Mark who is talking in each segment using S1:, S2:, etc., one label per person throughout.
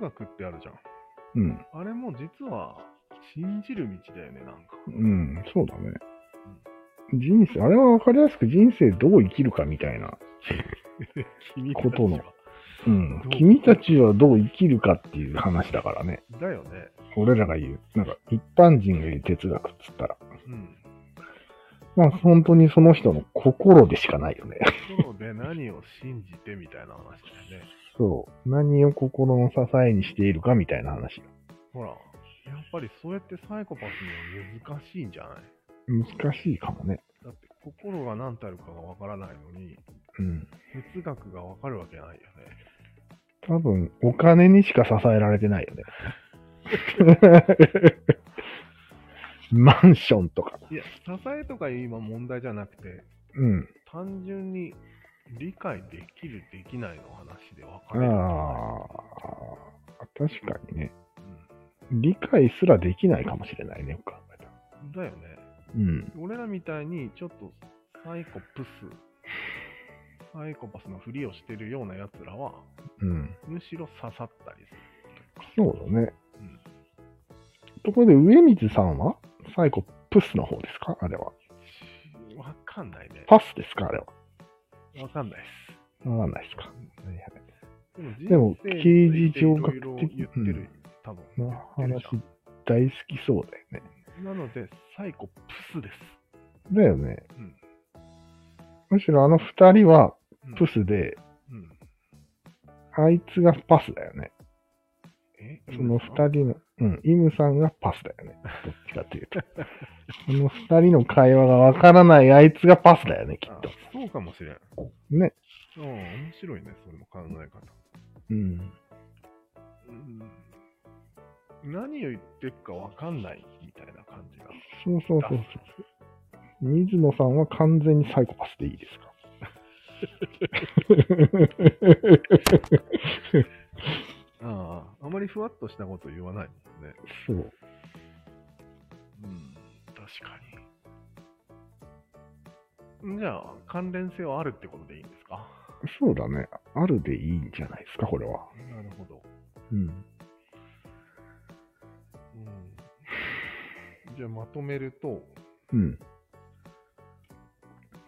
S1: 学ってあるじゃん。
S2: うん。
S1: あれも実は信じる道だよね、なんか。
S2: うん。そうだね。人生、あれは分かりやすく人生どう生きるかみたいな。
S1: 君たち
S2: こ
S1: は
S2: とのうん
S1: どう。
S2: 君たちはどう生きるかっていう話だからね。
S1: だよね。
S2: 俺らが言う。なんか、一般人が言う哲学っつったら。
S1: うん。
S2: まあ、本当にその人の心でしかないよね。
S1: 心で何を信じてみたいな話だよね。
S2: そう。何を心の支えにしているかみたいな話よ。
S1: ほら、やっぱりそうやってサイコパスには難しいんじゃない
S2: 難しいかもね。
S1: だって心が何たるかがわからないのに、
S2: うん。
S1: 哲学がわかるわけないよね。
S2: 多分、お金にしか支えられてないよね。マンションとか。
S1: いや、支えとかいう今問題じゃなくて、
S2: うん。
S1: 単純に理解できる、できないの話で分
S2: あ
S1: かれる。
S2: あ、確かにね。理解すらできないかもしれないね。よく考えたら
S1: うん、だよね。
S2: うん。
S1: 俺らみたいにちょっとサイコプス、サイコパスのふりをしてるようなやつらは、
S2: うん。
S1: むしろ刺さったりする。
S2: そうだね。
S1: うん
S2: ところで、上水さんはサイコプスの方ですかあれは。
S1: わかんないね。
S2: パスですかあれは。
S1: わかんないです。
S2: わかんないですか。はいはい
S1: で
S2: でも
S1: 人生について
S2: 刑事上学
S1: い
S2: 的
S1: ろいろ言ってる、多分。
S2: この
S1: 言
S2: 話
S1: ってる
S2: 大好きそうだよね。
S1: じゃんなので、サイコプスです。
S2: だよね。
S1: うん
S2: むしろあの二人は
S1: うん
S2: プスで、
S1: うん
S2: あいつがパスだよね。
S1: え
S2: その
S1: 人
S2: 二人の、うん、イムさんがパスだよね。どっちかと いうと。その二人の会話がわからないあいつがパスだよね、きっと。
S1: そうかもしれん。
S2: ね。
S1: うん、面白いね、それも考え方。
S2: うん。
S1: うん何を言ってるかわかんないみたいな感じが。
S2: そうそうそうそう。水野さんは完全にサイコパスでいいですか
S1: ああ、あまりふわっとしたこと言わないもんね。
S2: そう。
S1: うん、確かに。んじゃあ、関連性はあるってことでいいんですか
S2: そうだね。あるでいいんじゃないですか、これは。
S1: なるほど。
S2: うん。
S1: うんじゃあまとめると、
S2: うん。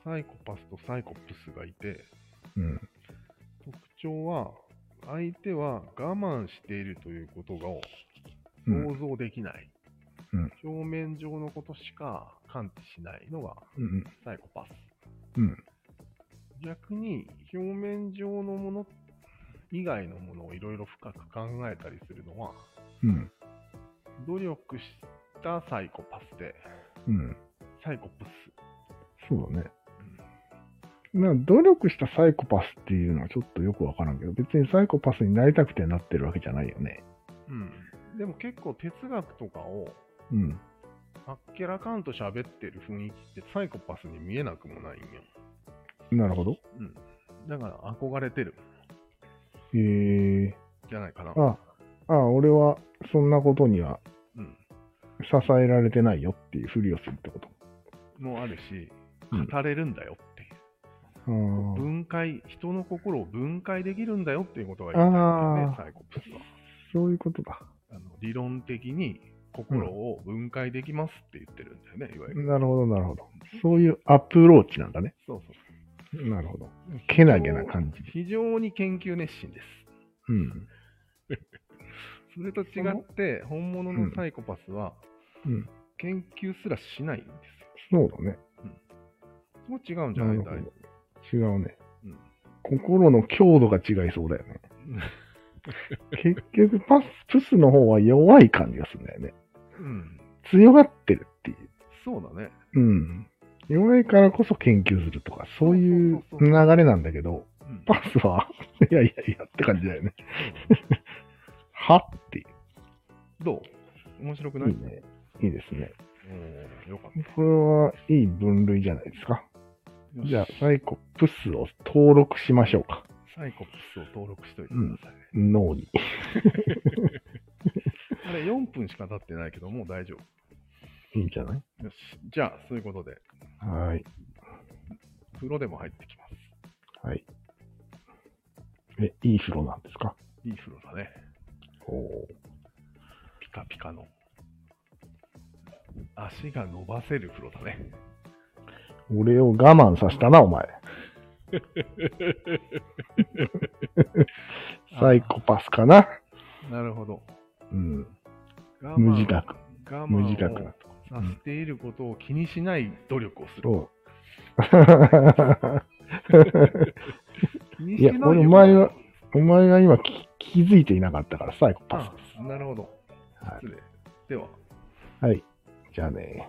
S1: サイコパスとサイコプスがいて、
S2: うん。
S1: 特徴は、相手は我慢しているということを
S2: うん
S1: 想像できない。
S2: うん
S1: 表面上のことしか感知しないのが
S2: うん。
S1: サイコパス。
S2: うん。
S1: 逆に、表面上のもの以外のものをいろいろ深く考えたりするのは、
S2: うん。
S1: 努力したサイコパスで、
S2: うん。
S1: サイコプス。
S2: そうだね。な努力したサイコパスっていうのはちょっとよくわからんけど、別にサイコパスになりたくてなってるわけじゃないよね。
S1: うん、でも結構哲学とかを
S2: うん。
S1: あっけらかんと喋ってる雰囲気ってサイコパスに見えなくもないんよ。
S2: なるほど。
S1: うん、だから憧れてる
S2: へえ
S1: じゃないかな。
S2: あああ、俺はそんなことには
S1: うん、
S2: 支えられてないよっていうふりをするってこと。
S1: もあるし
S2: うん、
S1: 語れるんだよっていう。
S2: あー
S1: 分解、人の心を分解できるんだよっていうことが
S2: あ
S1: 言いたいんだよね、
S2: ー
S1: サイコパスは。
S2: そういうことだ。
S1: あの理論的に心を分解できますって言ってるんだよね、いわゆる。
S2: なるほど、なるほど。そういうアプローチなんだね。
S1: そうそう。
S2: なるほど。けなげな感じ。
S1: 非常に研究熱心です。
S2: うん。
S1: それと違って、本物のサイコパスは、
S2: うん。
S1: 研究すらしないんです
S2: そうだね。
S1: よ。もう違うんじゃ
S2: な
S1: な
S2: る
S1: い
S2: ほ
S1: だい
S2: ど。違うね。
S1: うん
S2: 心の強度が違いそうだよね。結局パス、プスの方は弱い感じがするんだよね。
S1: うん。
S2: 強がってるっていう。
S1: そうだね。
S2: うん。弱いからこそ研究するとか、そういう
S1: そうそう
S2: 流
S1: そう
S2: れなんだけど、
S1: うん
S2: パスは、 いやいやいやって感じだよね。はってい
S1: どう面白く
S2: う。
S1: ない
S2: いいね。いいですね。
S1: おーよかっ
S2: これはいい分類じゃないですか。
S1: た。
S2: じゃあ、サイコプスを登録しましょうか。
S1: サイコプスを登録しといてください。
S2: 脳に。
S1: あれ、4分しか経ってないけど、もう大丈
S2: いいんじゃない
S1: 夫。よし。じゃあ、そういうことで、
S2: はい。
S1: 風呂でも入ってきます。
S2: はい。え、いい風呂なんですか
S1: いい風呂だね。
S2: ほ
S1: ピカピカの。足が伸ばせる風呂だね。
S2: う俺を我慢させたな、お前。サイコパスかな。
S1: なるほど。
S2: うん。
S1: 我慢
S2: 無自覚。
S1: 我
S2: 無自覚
S1: 慢
S2: な
S1: を。させていることを気にしない努力をする。
S2: そう。
S1: 気に
S2: いや
S1: してないよ
S2: 俺お前は。 お前が今き気づいていなかったから、サイコパ
S1: あ、なるほど。
S2: ス。はい
S1: 失礼。では。
S2: はい。じゃあね。